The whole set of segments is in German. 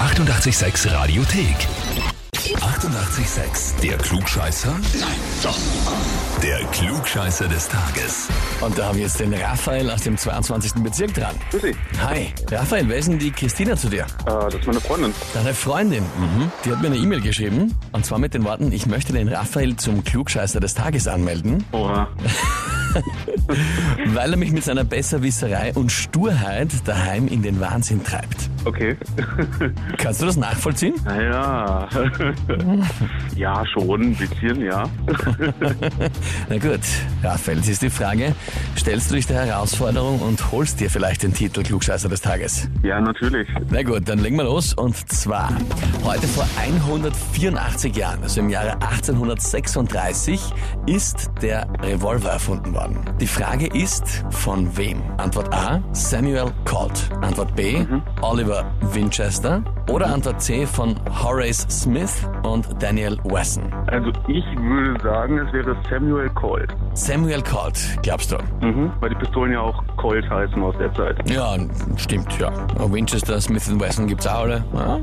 886 Radiothek. 88,6. Der Klugscheißer? Nein, doch. Der Klugscheißer des Tages. Und da habe ich jetzt den Raphael aus dem 22. Bezirk dran. Grüß Sie. Äh, Hi, Raphael, wer ist denn die Christina zu dir? das ist meine Freundin. Deine Freundin, mhm. die hat mir eine E-Mail geschrieben. Und zwar mit den Worten, ich möchte den Raphael zum Klugscheißer des Tages anmelden, Oha. weil er mich mit seiner Besserwisserei und Sturheit daheim in den Wahnsinn treibt. Okay. Kannst du das nachvollziehen? Naja. Ah ja, schon, ein bisschen, ja. Na gut, Raphael, jetzt ist die Frage, stellst du dich der Herausforderung und holst dir vielleicht den Titel Klugscheißer des Tages? Ja, natürlich. Na gut, dann legen wir los. Und zwar, heute vor 184 Jahren, also im Jahre 1836, ist der Revolver erfunden worden. Die Frage ist, von wem? Antwort A, Samuel Colt. Antwort B, Oliver Winchester. Oder Antwort C von Horace Smith und Daniel Wesson. Also ich würde sagen, es wäre Samuel Colt. Samuel Colt, glaubst du? Mhm. Weil die Pistolen ja auch Colt heißen aus der Zeit. Ja, stimmt, ja. Winchester, Smith Wesson gibt's auch, oder? Ja.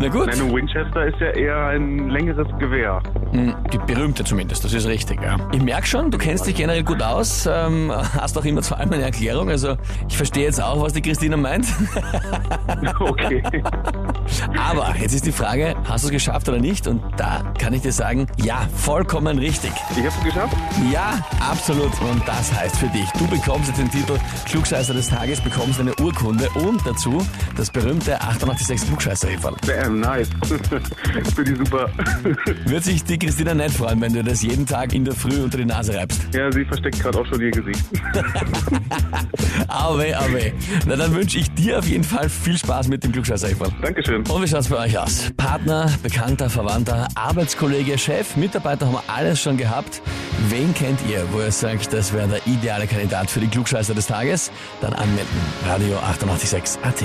Na gut. Nein, ein Winchester ist ja eher ein längeres Gewehr. Mm, Die berühmte zumindest, das ist richtig, ja. Ich merke schon, du kennst dich generell gut aus, ähm, hast auch immer vor allem eine Erklärung, also ich verstehe jetzt auch, was die Christina meint. Okay. Aber jetzt ist die Frage, hast du es geschafft oder nicht? Und da kann ich dir sagen, ja, vollkommen richtig. Ich habe es geschafft. Ja, absolut. Und das heißt für dich, du bekommst jetzt den Titel Klugscheißer des Tages, bekommst eine Urkunde und dazu das berühmte 886 klugscheißer -Häferl. Bam, nice. Für die super. Wird sich die Christina nicht freuen, wenn du das jeden Tag in der Früh unter die Nase reibst. ja, sie versteckt gerade auch schon ihr Gesicht. Auwe, auwe. Na dann wünsche ich dir auf jeden Fall viel Spaß mit dem klugscheißer -Häferl. Dankeschön. Und wie schaut's bei euch aus? Partner, Bekannter, Verwandter, Arbeitskollege, Chef, Mitarbeiter haben wir alles schon gehabt. Wen kennt ihr, wo ihr sagt, das wäre der ideale Kandidat für die Klugscheißer des Tages? Dann anmelden. Radio 886 AT.